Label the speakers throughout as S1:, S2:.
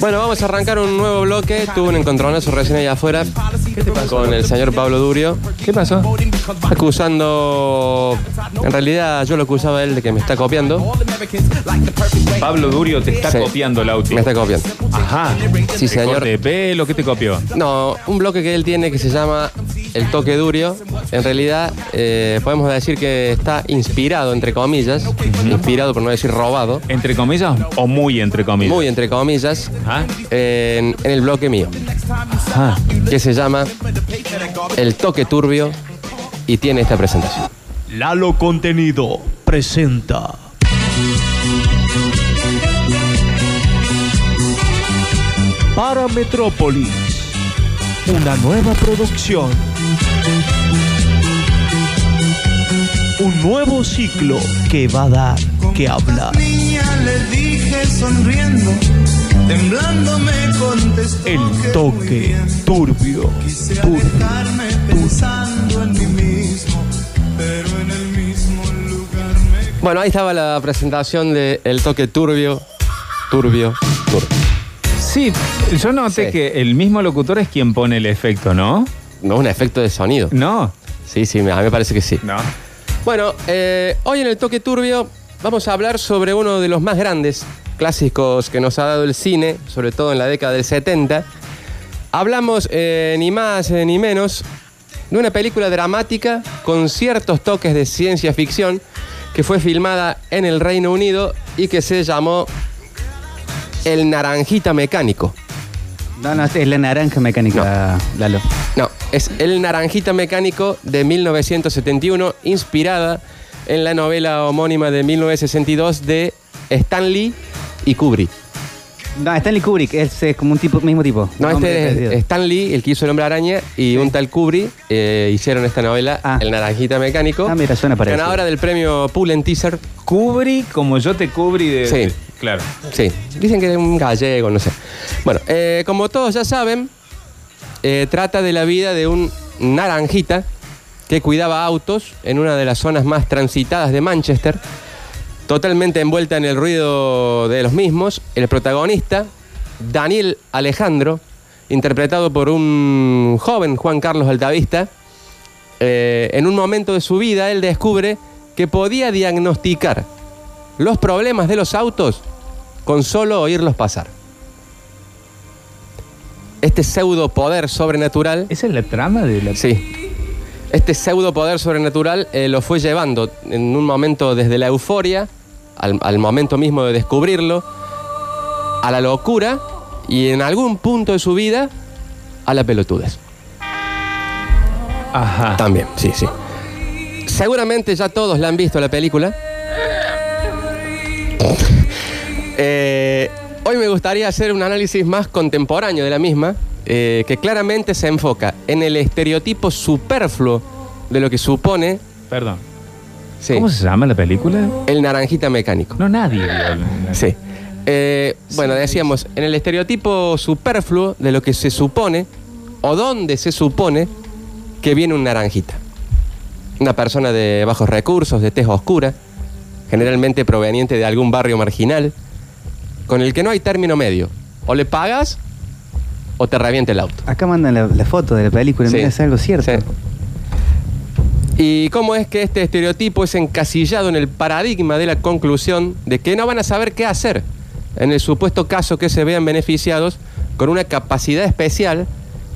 S1: Bueno, vamos a arrancar un nuevo bloque. Tuve un encontronazo recién allá afuera con el señor Pablo Durio,
S2: ¿Qué pasó?
S1: acusando. En realidad, yo lo acusaba a él de que me está copiando.
S2: Pablo Durio te está
S1: Sí.
S2: copiando el auto.
S1: Me está copiando.
S2: Ajá.
S1: Sí,
S2: ¿Te
S1: señor.
S2: corte de pelo? ¿Qué te copió?
S1: No, un bloque que él tiene que se llama El Toque Durio. En realidad, eh, podemos decir que está inspirado, entre comillas, inspirado por no decir robado,
S2: ¿Entre comillas o muy entre comillas?
S1: muy entre comillas,
S2: Ajá.
S1: en, en el bloque mío,
S2: Ajá.
S1: que se llama El Toque Turbio y tiene esta presentación.
S3: Lalo Contenido presenta. Para Metrópolis, una nueva producción. Un nuevo ciclo que va a dar que hablar.
S4: Niña le dije sonriendo, temblando me contestó
S3: El
S4: que
S3: toque
S4: muy bien.
S3: turbio,
S4: Quise
S3: turbio.
S4: alejarme pensando en mí mismo, pero en el mismo lugar me
S1: Bueno, ahí estaba la presentación de El Toque Turbio, Turbio, Turbio.
S2: Sí, yo noté
S1: Sí.
S2: que el mismo locutor es quien pone el efecto, ¿no?
S1: No, un efecto de sonido.
S2: No.
S1: Sí, sí, a mí me parece que sí.
S2: No.
S1: Bueno, eh, hoy en el Toque Turbio vamos a hablar sobre uno de los más grandes clásicos que nos ha dado el cine, sobre todo en la década del 70. Hablamos eh, ni más eh, ni menos de una película dramática con ciertos toques de ciencia ficción que fue filmada en el Reino Unido y que se llamó El Naranjita Mecánico.
S5: No, no, es la naranja mecánica, Lalo.
S1: No, es El Naranjita Mecánico de 1971, inspirada en la novela homónima de 1962 de Stanley y Kubrick.
S5: No, Stanley Kubrick, es, eh, como un tipo, mismo tipo.
S1: No,
S5: Hombre
S1: este
S5: perdido.
S1: es Stanley, el que hizo El Hombre Araña, y un tal Kubrick eh, hicieron esta novela,
S5: Ah.
S1: El Naranjita Mecánico.
S5: Ah, mira, suena parecido.
S1: Ganadora del premio Pulitzer.
S2: Cubri como yo te cubrí de.
S1: Sí.
S2: Claro.
S1: Sí, dicen que es un gallego, no sé. Bueno, eh, como todos ya saben, eh, trata de la vida de un naranjita que cuidaba autos en una de las zonas más transitadas de Manchester, totalmente envuelta en el ruido de los mismos. El protagonista, Daniel Alejandro, interpretado por un joven Juan Carlos Altavista, eh, en un momento de su vida él descubre que podía diagnosticar los problemas de los autos con solo oírlos pasar. Este pseudo poder sobrenatural,
S2: Esa es la trama de la.
S1: sí, este pseudo poder sobrenatural eh, lo fue llevando en un momento desde la euforia al, al momento mismo de descubrirlo, a la locura y en algún punto de su vida a la pelotudez.
S2: Ajá.
S1: También, sí, sí. Seguramente ya todos la han visto la película. Eh, hoy me gustaría hacer un análisis más contemporáneo de la misma, eh, que claramente se enfoca en el estereotipo superfluo de lo que supone
S2: Perdón.
S1: sí,
S2: ¿Cómo se llama la película?
S1: el naranjita mecánico.
S2: No, nadie.
S1: Sí. Eh, bueno, decíamos, en el estereotipo superfluo de lo que se supone o dónde se supone que viene un naranjita. Una persona de bajos recursos, de tez oscura, generalmente proveniente de algún barrio marginal, con el que no hay término medio. O le pagas o te revienta el auto.
S5: Acá mandan la, la foto de la película,
S1: Sí.
S5: mira, es algo cierto.
S1: Sí. ¿Y cómo es que este estereotipo es encasillado en el paradigma de la conclusión de que no van a saber qué hacer en el supuesto caso que se vean beneficiados con una capacidad especial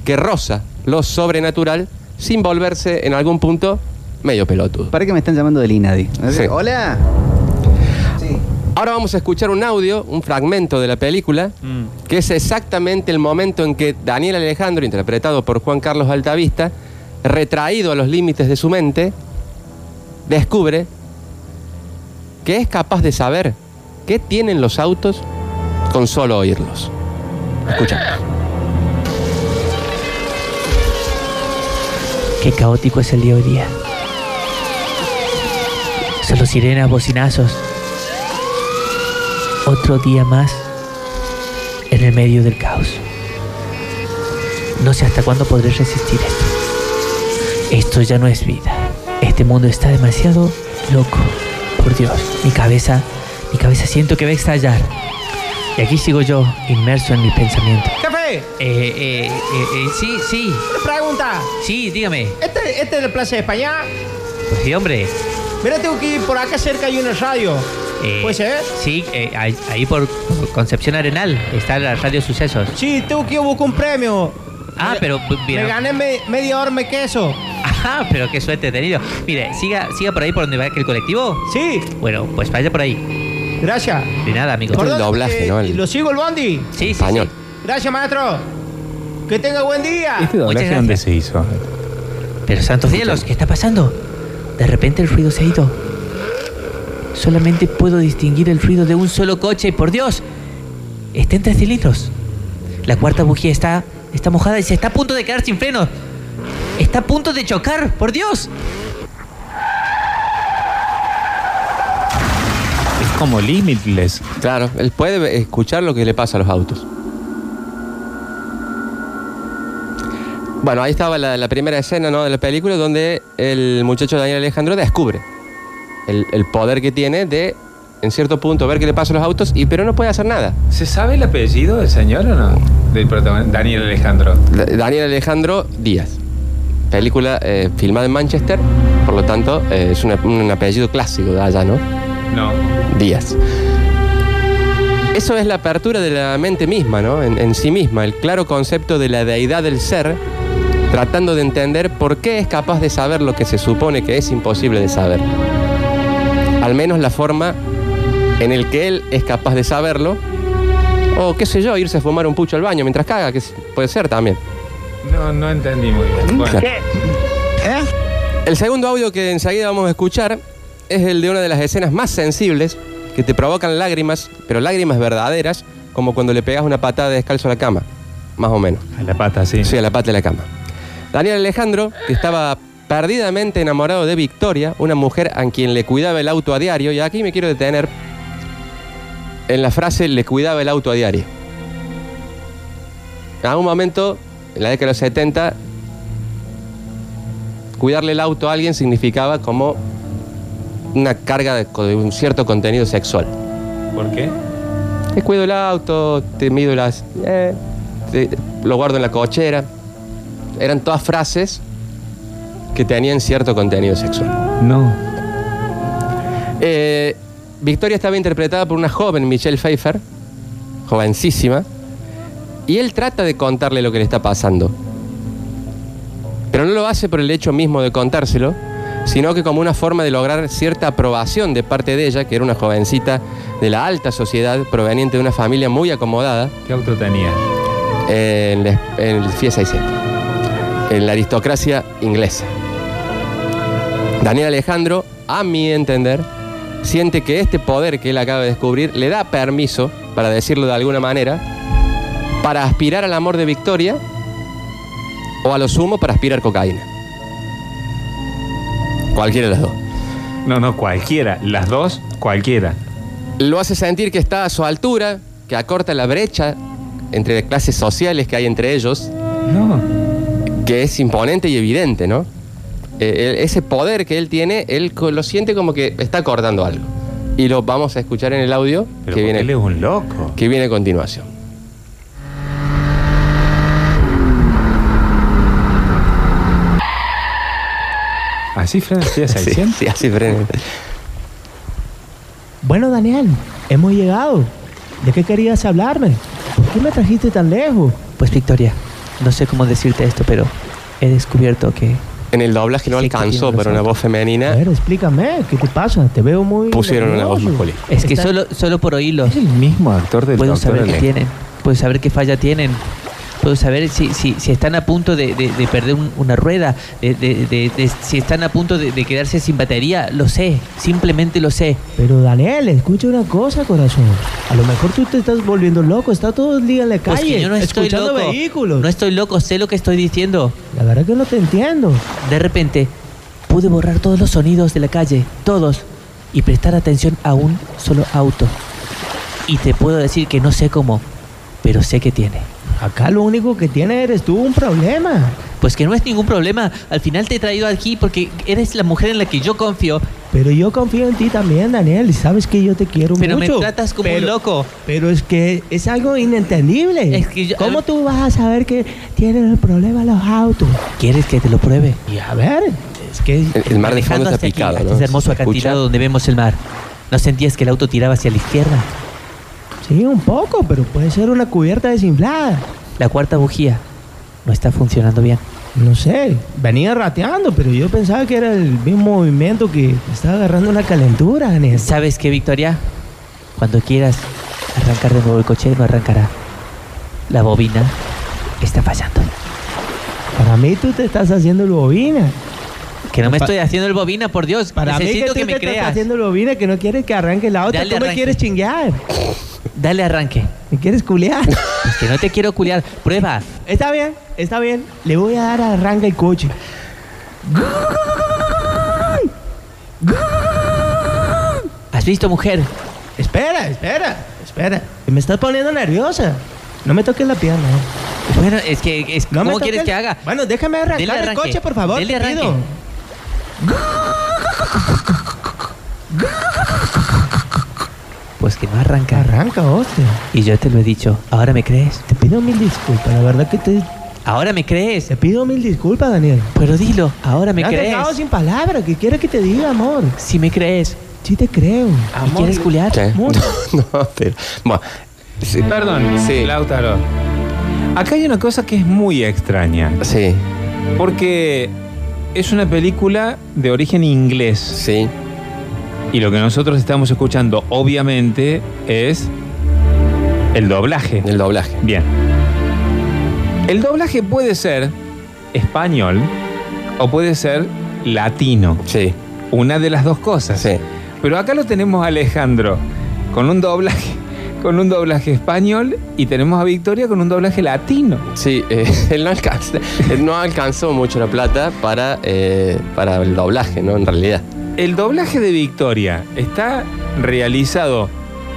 S1: que roza lo sobrenatural sin volverse en algún punto medio pelotudo?
S5: ¿Para qué me están llamando del INADI?
S1: Sí.
S5: Hola.
S1: Ahora vamos a escuchar un audio, un fragmento de la película, que es exactamente el momento en que Daniel Alejandro, interpretado por Juan Carlos Altavista, retraído a los límites de su mente, descubre que es capaz de saber qué tienen los autos con solo oírlos. Escucha.
S6: Qué caótico es el día hoy día. Solo sirenas, bocinazos. Otro día más en el medio del caos. No sé hasta cuándo podré resistir esto. Esto ya no es vida. Este mundo está demasiado loco. Por Dios, mi cabeza, mi cabeza siento que va a estallar. Y aquí sigo yo, inmerso en mis pensamientos.
S7: Jefe,
S6: Eh, eh, eh, eh, sí, sí,
S7: una pregunta.
S6: sí, dígame.
S7: Este, este es la Plaza de España.
S6: Pues sí, hombre.
S7: Mira, tengo que ir por acá cerca hay una radio.
S6: Eh,
S7: ¿Puede ser?
S6: Sí, eh, ahí, ahí por Concepción Arenal está la radio Sucesos.
S7: Sí, tengo que ir a buscar un premio.
S6: Ah,
S7: Me-
S6: pero mira.
S7: Me gané me- media horma de queso.
S6: Ajá, pero qué suerte he tenido. Mire, siga, siga por ahí por donde va el colectivo.
S7: Sí,
S6: Bueno, pues vaya por ahí.
S7: gracias.
S6: De nada, amigo.
S1: Por- el
S7: dónde-
S1: doblaje, ¿no? El-
S7: ¿Lo sigo el bondi?
S6: Sí, sí,
S1: Español.
S6: sí.
S7: Gracias, maestro. Que tenga buen día.
S2: ¿Este doblaje
S6: Muchas
S2: dónde
S6: gracias.
S2: se hizo?
S6: Pero santos cielos, ¿qué está pasando? De repente el ruido se ha ido. Solamente puedo distinguir el ruido de un solo coche, por Dios. Está en tres cilindros. La cuarta bujía está, está mojada y se está a punto de quedar sin frenos. Está a punto de chocar, por Dios.
S2: Es como Limitless.
S1: Claro, él puede escuchar lo que le pasa a los autos. Bueno, ahí estaba la, la primera escena ¿no? de la película donde el muchacho Daniel Alejandro descubre el, el poder que tiene de, en cierto punto, ver qué le pasa a los autos, y pero no puede hacer nada.
S2: ¿Se sabe el apellido del señor o no? Del protagonista, Daniel Alejandro.
S1: Da- Daniel Alejandro Díaz. Película eh, filmada en Manchester, por lo tanto eh, es una- un apellido clásico de allá, ¿no?
S2: No.
S1: días. Eso es la apertura de la mente misma, ¿no? En, en sí misma, el claro concepto de la deidad del ser, tratando de entender por qué es capaz de saber lo que se supone que es imposible de saber. Al menos la forma en el que él es capaz de saberlo, o qué sé yo, irse a fumar un pucho al baño mientras caga, que s- puede ser también.
S2: No, no entendí muy bien. Bueno,
S1: El segundo audio que enseguida vamos a escuchar es el de una de las escenas más sensibles que te provocan lágrimas, pero lágrimas verdaderas, como cuando le pegas una patada descalzo a la cama, más o menos.
S2: a la pata, sí.
S1: Sí, a la pata de la cama. Daniel Alejandro, que estaba perdidamente enamorado de Victoria, una mujer a quien le cuidaba el auto a diario, y aquí me quiero detener en la frase le cuidaba el auto a diario. A un momento, en la década de los 70, cuidarle el auto a alguien significaba como una carga de, de un cierto contenido sexual.
S2: ¿Por qué?
S1: Te cuido el auto, te mido las. eh, te- lo guardo en la cochera. Eran todas frases que tenían cierto contenido sexual.
S2: No.
S1: Eh, Victoria estaba interpretada por una joven, Michelle Pfeiffer, jovencísima, y él trata de contarle lo que le está pasando. Pero no lo hace por el hecho mismo de contárselo, sino que como una forma de lograr cierta aprobación de parte de ella, que era una jovencita de la alta sociedad, proveniente de una familia muy acomodada,
S2: ¿Qué auto tenía?
S1: en, la- en el Fiat 600, en la aristocracia inglesa. Daniel Alejandro, a mi entender, siente que este poder que él acaba de descubrir le da permiso, para decirlo de alguna manera, para aspirar al amor de Victoria o a lo sumo para aspirar cocaína. Cualquiera de las dos.
S2: No, no, cualquiera. Las dos, cualquiera.
S1: lo hace sentir que está a su altura, que acorta la brecha entre clases sociales que hay entre ellos. Que es imponente y evidente, ¿no? Eh, eh, ese poder que él tiene, él co- lo siente como que está acordando algo. Y lo vamos a escuchar en el audio que
S2: Pero porque
S1: viene,
S2: él es un loco.
S1: que viene a continuación.
S2: ¿Así Francia
S1: Sí,
S2: 600?
S1: sí, así frena.
S7: Bueno, Daniel, hemos llegado. ¿De qué querías hablarme? ¿Por qué me trajiste tan lejos?
S6: Pues Victoria, no sé cómo decirte esto, pero he descubierto que
S1: En el doblaje no
S6: Sí,
S1: alcanzó
S6: tiene
S1: para
S6: razón.
S1: una voz
S7: A
S1: femenina,
S7: ver, explícame, ¿qué te pasa? Te veo muy.
S1: pusieron una voz
S7: nervioso.
S1: masculina.
S6: es que
S7: Está-
S6: solo, solo por oírlos
S2: ¿Es el mismo actor del
S6: puedo
S2: doctor
S6: saber qué
S2: Ale-
S6: tienen, puedo saber qué falla tienen, puedo saber si, si, si están a punto de, de- de perder un- una rueda, de, de- de- de- si están a punto de, de quedarse sin batería, lo sé, simplemente lo sé.
S7: Pero Daniel, escucha una cosa, corazón. A lo mejor tú te estás volviendo loco. Está todo el día en la
S6: Pues
S7: calle,
S6: que yo no estoy
S7: escuchando
S6: loco,
S7: vehículos.
S6: no estoy loco, sé lo que estoy diciendo.
S7: La verdad que no te entiendo.
S6: De repente pude borrar todos los sonidos de la calle, todos, y prestar atención a un solo auto. Y te puedo decir que no sé cómo, pero sé que tiene.
S7: Acá lo único que tienes eres tú un problema.
S6: Pues que no es ningún problema. Al final te he traído aquí porque eres la mujer en la que yo confío
S7: Pero yo confío en ti también, Daniel. Y sabes que yo te quiero
S8: Pero me
S7: mucho.
S8: tratas como
S7: Pero-
S8: un loco.
S7: Pero es que es algo inentendible.
S8: Es que yo-
S7: ¿Cómo tú vas a saber que tienen el problema los autos?
S6: ¿Quieres que te lo pruebe?
S7: Y a ver, es que
S6: Eh.
S1: El, el mar de fondo
S8: Manejando
S1: está
S8: hasta aquí,
S1: picado,
S8: hasta
S1: ¿no?
S6: Este hermoso
S1: ¿Se escucha?
S6: acantilado donde vemos el mar. ¿No sentías que el auto tiraba hacia la izquierda?
S7: sí, un poco, pero puede ser una cubierta desinflada.
S6: La cuarta bujía no está funcionando bien.
S7: No sé, venía rateando, pero yo pensaba que era el mismo movimiento que estaba agarrando una calentura, Daniel.
S6: ¿Sabes qué, Victoria? Cuando quieras arrancar de nuevo el coche, no arrancará. La bobina está fallando.
S7: Para mí tú te estás haciendo el bobina.
S6: Que no me
S7: Pa-
S6: estoy haciendo el bobina, por Dios.
S7: Para
S6: Necesito
S7: mí tú
S6: que, me
S7: te estás
S6: creas.
S7: haciendo el bobina que no quieres que arranque la otra.
S6: Dale,
S7: tú me
S6: arranque.
S7: quieres chinguear,
S6: Dale arranque.
S7: me quieres culear.
S6: Es que no te quiero culiar. Prueba.
S7: está bien, está bien. Le voy a dar arranca el coche.
S6: ¿Has visto, mujer?
S7: Espera, espera, espera. Me estás poniendo nerviosa. No me toques la pierna. eh.
S6: Bueno, es que... Es,
S7: No me
S6: ¿Cómo
S7: toques-
S6: quieres que haga?
S7: Bueno, déjame
S6: Dele
S7: arrancar el
S6: arranque.
S7: coche, por favor.
S6: Dele
S7: te
S6: arranque.
S7: pido.
S6: Pues que no arranca.
S7: Arranca, hostia.
S6: Y yo te lo he dicho. ¿Ahora me crees?
S7: Te pido mil disculpas. La verdad que te,
S6: ¿Ahora me crees?
S7: te pido mil disculpas, Daniel.
S6: Pero dilo. ¿Ahora me
S7: has
S6: crees?
S7: dejado sin palabras. ¿Qué quiero que te diga, amor?
S6: Si me crees.
S7: Sí te creo.
S6: ¿Me quieres culiar?
S1: ¿Qué?
S7: Mucho.
S1: No, no, pero. Bueno. Sí.
S2: Este. Perdón,
S1: Sí.
S2: Lautaro. Acá hay una cosa que es muy extraña.
S1: Sí,
S2: Porque es una película de origen inglés.
S1: sí.
S2: Y lo que nosotros estamos escuchando, obviamente, es el doblaje.
S1: El doblaje.
S2: Bien. El doblaje puede ser español o puede ser latino.
S1: Sí,
S2: Una de las dos cosas.
S1: sí.
S2: Pero acá lo tenemos a Alejandro con un doblaje, con un doblaje español y tenemos a Victoria con un doblaje latino.
S1: Sí, eh, él, no alcanza- él no alcanzó mucho la plata para, eh, para el doblaje, ¿no? En realidad.
S2: El doblaje de Victoria está realizado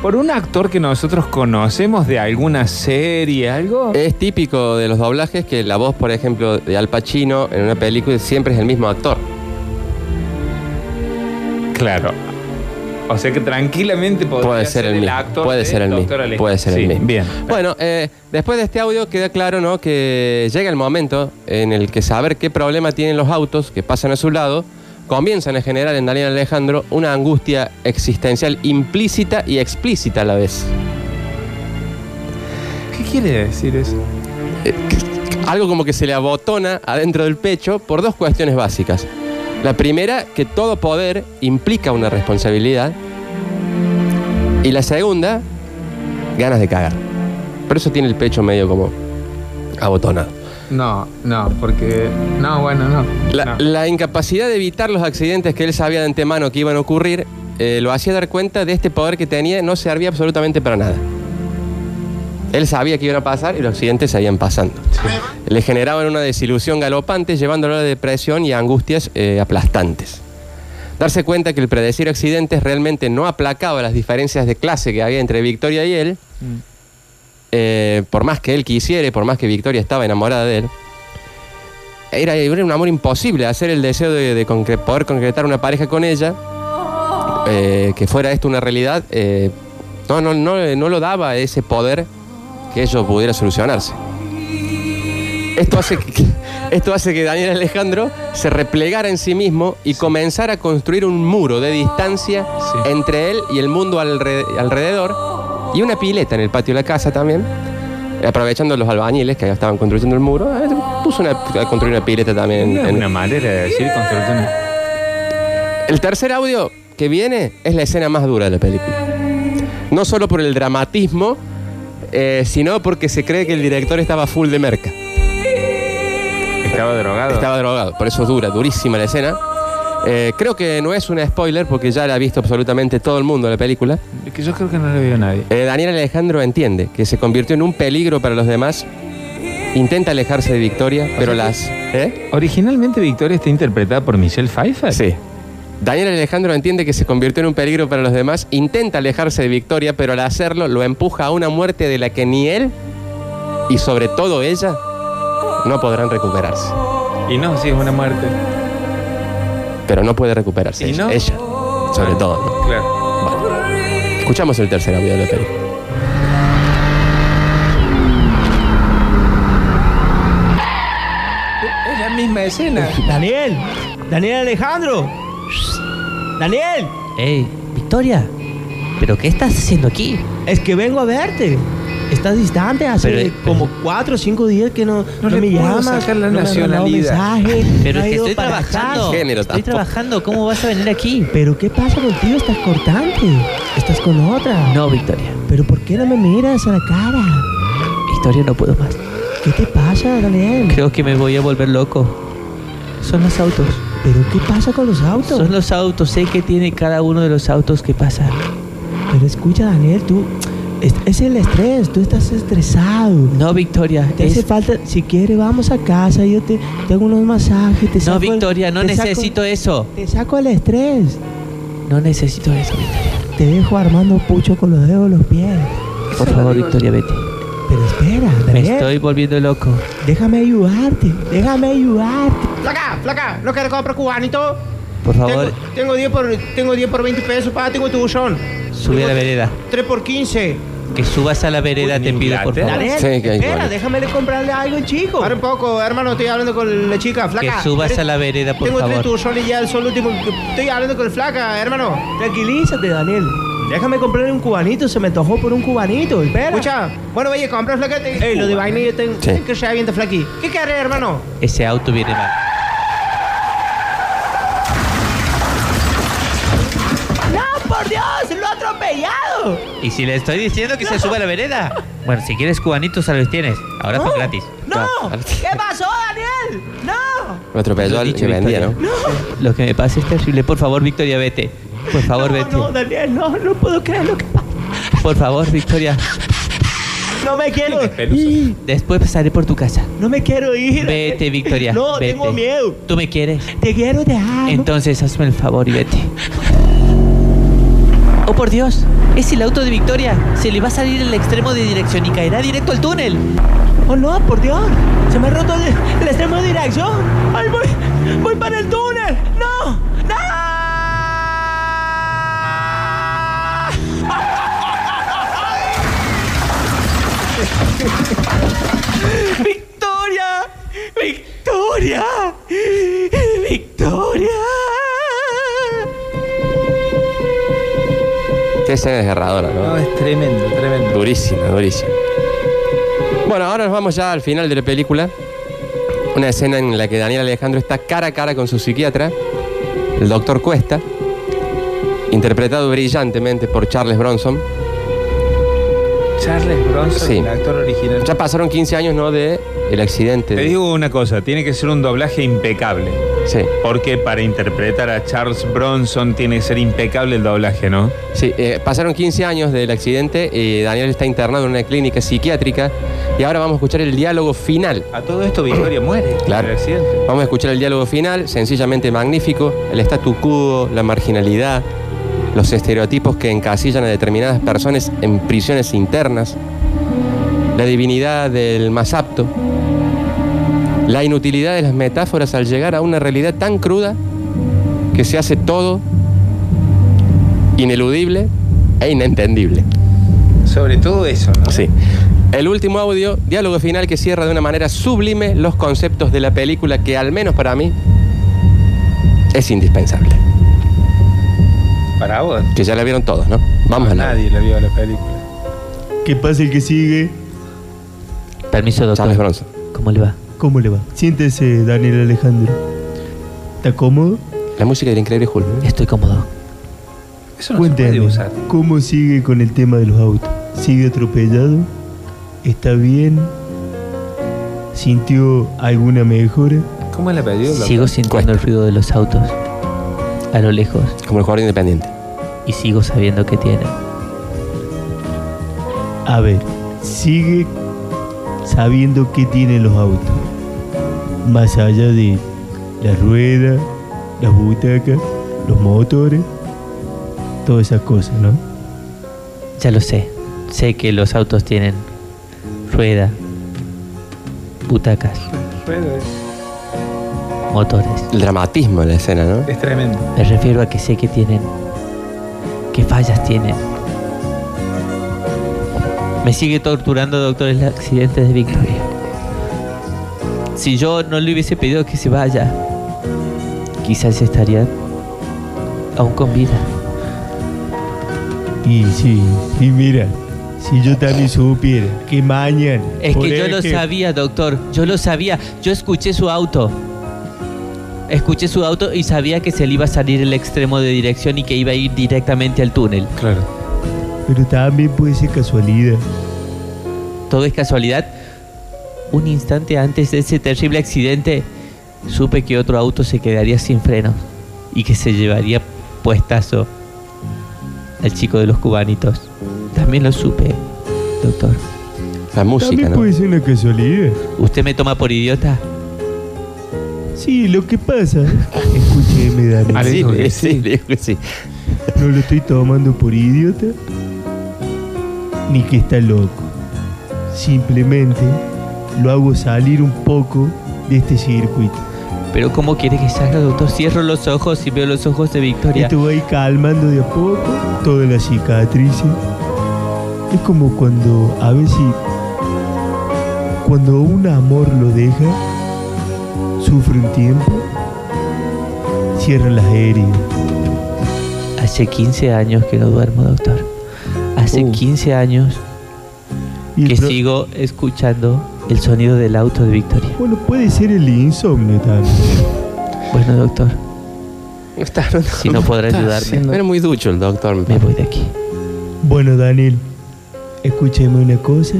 S2: por un actor que nosotros conocemos de alguna serie, algo.
S1: Es típico de los doblajes que la voz, por ejemplo, de Al Pacino en una película siempre es el mismo actor.
S2: Claro. O sea que tranquilamente podría
S1: Puede ser el mismo.
S2: actor
S1: puede
S2: de
S1: ser el
S2: Dr.
S1: mismo.
S2: Alejandro.
S1: Puede ser
S2: Sí,
S1: el mismo.
S2: Bien.
S1: Bueno, eh, después de este audio queda claro, ¿no? Que llega el momento en el que saber qué problema tienen los autos que pasan a su lado comienzan a generar en Daniel Alejandro una angustia existencial implícita y explícita a la vez.
S2: ¿Qué quiere decir eso?
S1: Algo como que se le abotona adentro del pecho por dos cuestiones básicas. La primera, que todo poder implica una responsabilidad. Y la segunda, ganas de cagar. Por eso tiene el pecho medio como abotonado.
S2: No, Ah, no, porque. No, bueno, no.
S1: La,
S2: no.
S1: la incapacidad de evitar los accidentes que él sabía de antemano que iban a ocurrir eh, lo hacía dar cuenta de este poder que tenía no servía absolutamente para nada. Él sabía que iban a pasar y los accidentes seguían pasando. Le generaban una desilusión galopante, llevándolo a la depresión y a angustias eh, aplastantes. Darse cuenta que el predecir accidentes realmente no aplacaba las diferencias de clase que había entre Victoria y él, eh, por más que él quisiera, y por más que Victoria estaba enamorada de él, era, era un amor imposible hacer el deseo de, de concre- poder concretar una pareja con ella, eh, que fuera esto una realidad, eh, no, no, no, eh, no lo daba ese poder que ello pudiera solucionarse. Esto hace, que, esto hace que Daniel Alejandro se replegara en sí mismo y comenzara a construir un muro de distancia
S2: Sí.
S1: entre él y el mundo alre- alrededor y una pileta en el patio de la casa también aprovechando los albañiles que ya estaban construyendo el muro, eh, puso una, a construir una pileta también.
S2: Una-
S1: en-
S2: una manera de decir construcción.
S1: El tercer audio que viene es la escena más dura de la película. No solo por el dramatismo, eh, sino porque se cree que el director estaba full de merca.
S2: Estaba drogado.
S1: Estaba drogado, por eso es dura, durísima la escena. Eh, creo que no es un spoiler porque ya la ha visto absolutamente todo el mundo la película.
S2: Es que yo creo que no lo vio nadie.
S1: Eh, Daniel Alejandro entiende que se convirtió en un peligro para los demás. Intenta alejarse de Victoria, pero las... ¿eh?
S2: Originalmente Victoria está interpretada por Michelle Pfeiffer.
S1: Sí. Daniel Alejandro entiende que se convirtió en un peligro para los demás, intenta alejarse de Victoria, pero al hacerlo lo empuja a una muerte de la que ni él y sobre todo ella no podrán recuperarse.
S2: Y no, sí, es una muerte.
S1: Pero no puede recuperarse
S2: ¿Y
S1: ella,
S2: no?
S1: ella. sobre todo. ¿no?
S2: Claro.
S1: Escuchamos el tercer audio de la película.
S2: Es la misma escena.
S7: Daniel, Daniel Alejandro. Daniel,
S6: ¡Ey, Victoria! ¿Pero qué estás haciendo aquí?
S7: es que vengo a verte. Estás distante, hace
S6: Pero-
S7: como cuatro o cinco días que no, no,
S2: le
S7: me
S2: puedo
S7: llamas.
S2: sacar la
S7: no me has mandado
S2: nacionalidad.
S7: mensaje,
S6: Pero
S7: no
S6: es
S7: has
S6: que
S7: ido
S6: estoy
S7: para acá.
S6: trabajando.
S1: Género
S6: Estoy
S1: tampoco.
S6: trabajando. ¿Cómo vas a venir aquí?
S7: Pero ¿qué pasa contigo? Estás cortante. Estás con otra.
S6: No, Victoria.
S7: Pero ¿por qué no me miras a la cara?
S6: Victoria, no puedo más.
S7: ¿Qué te pasa, Daniel?
S6: Creo que me voy a volver loco. Son los autos.
S7: ¿Pero qué pasa con los autos?
S6: Son los autos. Sé que tiene cada uno de los autos que pasa.
S7: Pero escucha, Daniel, tú. Es, es el estrés, tú estás estresado.
S6: No, Victoria.
S7: Te hace
S6: es-
S7: falta, si quieres, vamos a casa, yo te, te hago unos masajes, te saco
S6: No,
S7: el-
S6: Victoria, no
S7: te saco-
S6: necesito eso.
S7: te saco el estrés.
S6: No necesito eso, Victoria.
S7: Te dejo armando pucho con los dedos de los pies.
S6: Por favor, Victoria, vete.
S7: Pero espera,
S6: Me
S7: Daniel,
S6: estoy volviendo loco.
S7: déjame ayudarte, déjame ayudarte.
S8: Flaca, flaca, no quiero comprar cubanito.
S6: Por favor,
S8: Tengo, tengo 10 por, tengo 10 por 20 pesos, pa, tengo tu buzón.
S6: sube a la vereda.
S8: 3 por 15.
S6: Que subas a la vereda,
S2: Uy,
S6: te
S2: en
S6: pido, por
S2: Inglaterra.
S6: favor.
S7: Daniel,
S1: Sí, que hay
S7: espera,
S1: varios.
S7: déjame de comprarle algo al chico.
S8: Para un poco, hermano, estoy hablando con la chica,
S6: Que
S8: flaca.
S6: subas
S8: Tres-
S6: a la vereda, por
S8: Tengo tres
S6: favor.
S8: tuzones ya, son los últimos. que- Estoy hablando con flaca, hermano.
S7: Tranquilízate, Daniel. Déjame comprarle un cubanito, se me antojó por un cubanito, espera.
S8: Escucha, bueno, vaya, compra flaca. te- Ey, lo de vainilla tengo
S1: Sí.
S8: que se avienta flaqui. ¿Qué querés, hermano?
S6: Ese auto viene mal.
S7: ¡No, por Dios! ¡Lo ha atropellado!
S6: ¿Y si le estoy diciendo que se suba a la vereda? Bueno, si quieres cubanitos, a los tienes. Ahora
S7: Oh.
S6: son gratis.
S7: ¡No! ¿Qué pasó, Daniel? ¡No!
S1: Me atropelló al que vendía, ¿no?
S6: Lo que me pasa es terrible. Por favor, Victoria, vete. Por favor,
S7: no,
S6: vete.
S7: no, Daniel, no, no puedo creer lo que pasa.
S6: Por favor, Victoria.
S7: No me quiero.
S2: Pelusa.
S6: Después pasaré por tu casa.
S7: No me quiero ir.
S6: Vete, Victoria.
S7: No,
S6: vete.
S7: tengo miedo.
S6: ¿Tú me quieres?
S7: Te quiero dejar.
S6: Entonces hazme el favor y vete. Oh, por Dios. Es el auto de Victoria. Se le va a salir el extremo de dirección y caerá directo al túnel.
S7: Oh no, por Dios. Se me ha roto el, el extremo de dirección. ¡Ay, voy! ¡Voy para el túnel! ¡No! ¡No! ¡Victoria! ¡Victoria! ¡Victoria!
S1: Qué escena desgarradora, ¿no?
S2: No, es tremendo, tremendo.
S1: Durísima, durísima. Bueno, ahora nos vamos ya al final de la película. Una escena en la que Daniel Alejandro está cara a cara con su psiquiatra, el doctor Cuesta, interpretado brillantemente por Charles Bronson.
S2: Charles Bronson,
S1: Sí.
S2: el actor original.
S1: Ya pasaron 15 años, ¿no? De el accidente.
S2: Te
S1: de-
S2: digo una cosa, tiene que ser un doblaje impecable.
S1: Sí,
S2: Porque para interpretar a Charles Bronson tiene que ser impecable el doblaje, ¿no?
S1: sí. eh, pasaron 15 años del accidente y Daniel está internado en una clínica psiquiátrica. Y ahora vamos a escuchar el diálogo final
S2: A todo esto Victoria muere.
S1: Claro.
S2: en el accidente.
S1: Vamos a escuchar el diálogo final, sencillamente magnífico, el statu quo, la marginalidad, los estereotipos que encasillan a determinadas personas en prisiones internas, la divinidad del más apto, la inutilidad de las metáforas al llegar a una realidad tan cruda que se hace todo ineludible e inentendible.
S2: Sobre todo eso, ¿no?
S1: Sí. El último audio, diálogo final que cierra de una manera sublime los conceptos de la película que al menos para mí es indispensable.
S2: Para vos.
S1: Que ya la vieron todos, ¿no? Vamos a nadie.
S2: Nadie le vio la película.
S3: ¿Qué pasa el que sigue?
S6: Permiso,
S1: Charles
S6: doctor.
S1: Bronson.
S6: ¿Cómo le va?
S3: ¿Cómo le va? Siéntese, Daniel Alejandro. ¿Está cómodo?
S1: La música del increíble Hulk. ¿no?
S6: Estoy cómodo.
S2: Eso no se
S3: Cuénteme,
S2: puede usar.
S3: ¿cómo sigue con el tema de los autos? ¿Sigue atropellado? ¿Está bien? ¿Sintió alguna mejora?
S2: ¿Cómo es la película?
S6: Sigo sintiendo el ruido de los autos a lo lejos
S1: Como el jugador independiente.
S6: y sigo sabiendo que tienen.
S3: A ver, sigue sabiendo qué tienen los autos. Más allá de las ruedas, las butacas, los motores, todas esas cosas, ¿no?
S6: Ya lo sé. Sé que los autos tienen rueda, butacas, motores.
S1: El dramatismo de la escena, ¿no?
S2: Es tremendo.
S6: Me refiero a que sé que tienen ¿Qué fallas tienen? Me sigue torturando, doctor, el accidente de Victoria. Si yo no le hubiese pedido que se vaya, quizás estaría aún con vida.
S7: Y sí, y mira, si yo también supiera que mañana.
S6: Es
S7: por
S6: que yo lo
S7: ejemplo,
S6: sabía, doctor. Yo lo sabía. Yo escuché su auto. Escuché su auto y sabía que se le iba a salir el extremo de dirección y que iba a ir directamente al túnel.
S2: Claro.
S7: Pero también puede ser casualidad.
S6: Todo es casualidad. Un instante antes de ese terrible accidente, supe que otro auto se quedaría sin frenos y que se llevaría puestazo al chico de los cubanitos. También lo supe, doctor.
S1: La música,
S7: también
S1: ¿no?
S7: puede ser una casualidad.
S6: ¿Usted me toma por idiota?
S7: Sí, lo que pasa. Escúcheme, Dani.
S2: Ale-
S1: Ah, Sí,
S2: dijo que
S1: sí, le dijo que sí.
S7: No lo estoy tomando por idiota. Ni que está loco. Simplemente lo hago salir un poco de este circuito.
S6: Pero ¿cómo quiere que salga, doctor? Cierro los ojos y veo los ojos de Victoria.
S7: Y te voy calmando de a poco todas las cicatrices. Es como cuando a veces cuando un amor lo deja, sufre un tiempo, cierra las heridas.
S6: Hace 15 años que no duermo, doctor. Hace
S1: Uh.
S6: 15 años
S7: Oh. Y el
S6: que
S7: pro-
S6: sigo escuchando el sonido del auto de Victoria.
S7: Bueno, puede ser el insomnio también.
S6: Bueno, doctor,
S1: Está- no,
S6: si no podrá ayudarme,
S1: Era muy ducho el doctor. me
S6: me
S1: parece.
S6: voy de aquí.
S7: Bueno, Daniel, escúchame una cosa.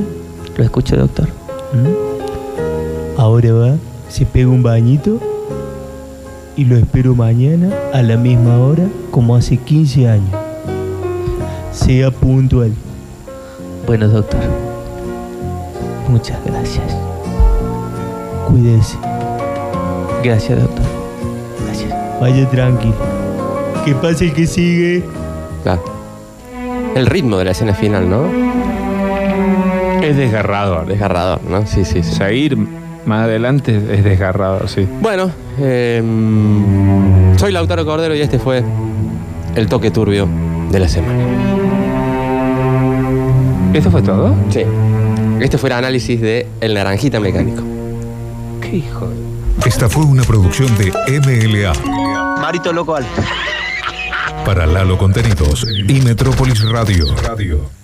S6: Lo escucho, doctor.
S7: ¿Mm? Ahora va, se pega un bañito y lo espero mañana a la misma hora como hace 15 años. Sea puntual.
S6: Bueno, doctor. Muchas gracias.
S7: Cuídese,
S6: Gracias, doctor. Gracias.
S7: vaya tranqui. Que pase el que sigue.
S1: Claro. El ritmo de la escena final, ¿no?
S2: Es desgarrador.
S1: Desgarrador, ¿no? Sí, sí, sí.
S2: Seguir más adelante es desgarrador, sí.
S1: Bueno, eh, soy Lautaro Cordero y este fue el toque turbio de la semana.
S2: ¿Esto fue todo?
S1: Sí. Este fue el análisis de El Naranjita Mecánico.
S2: ¿Qué hijo de-
S4: Esta fue una producción de MLA
S9: Marito loco, al.
S4: para Lalo Contenidos y Metrópolis Radio.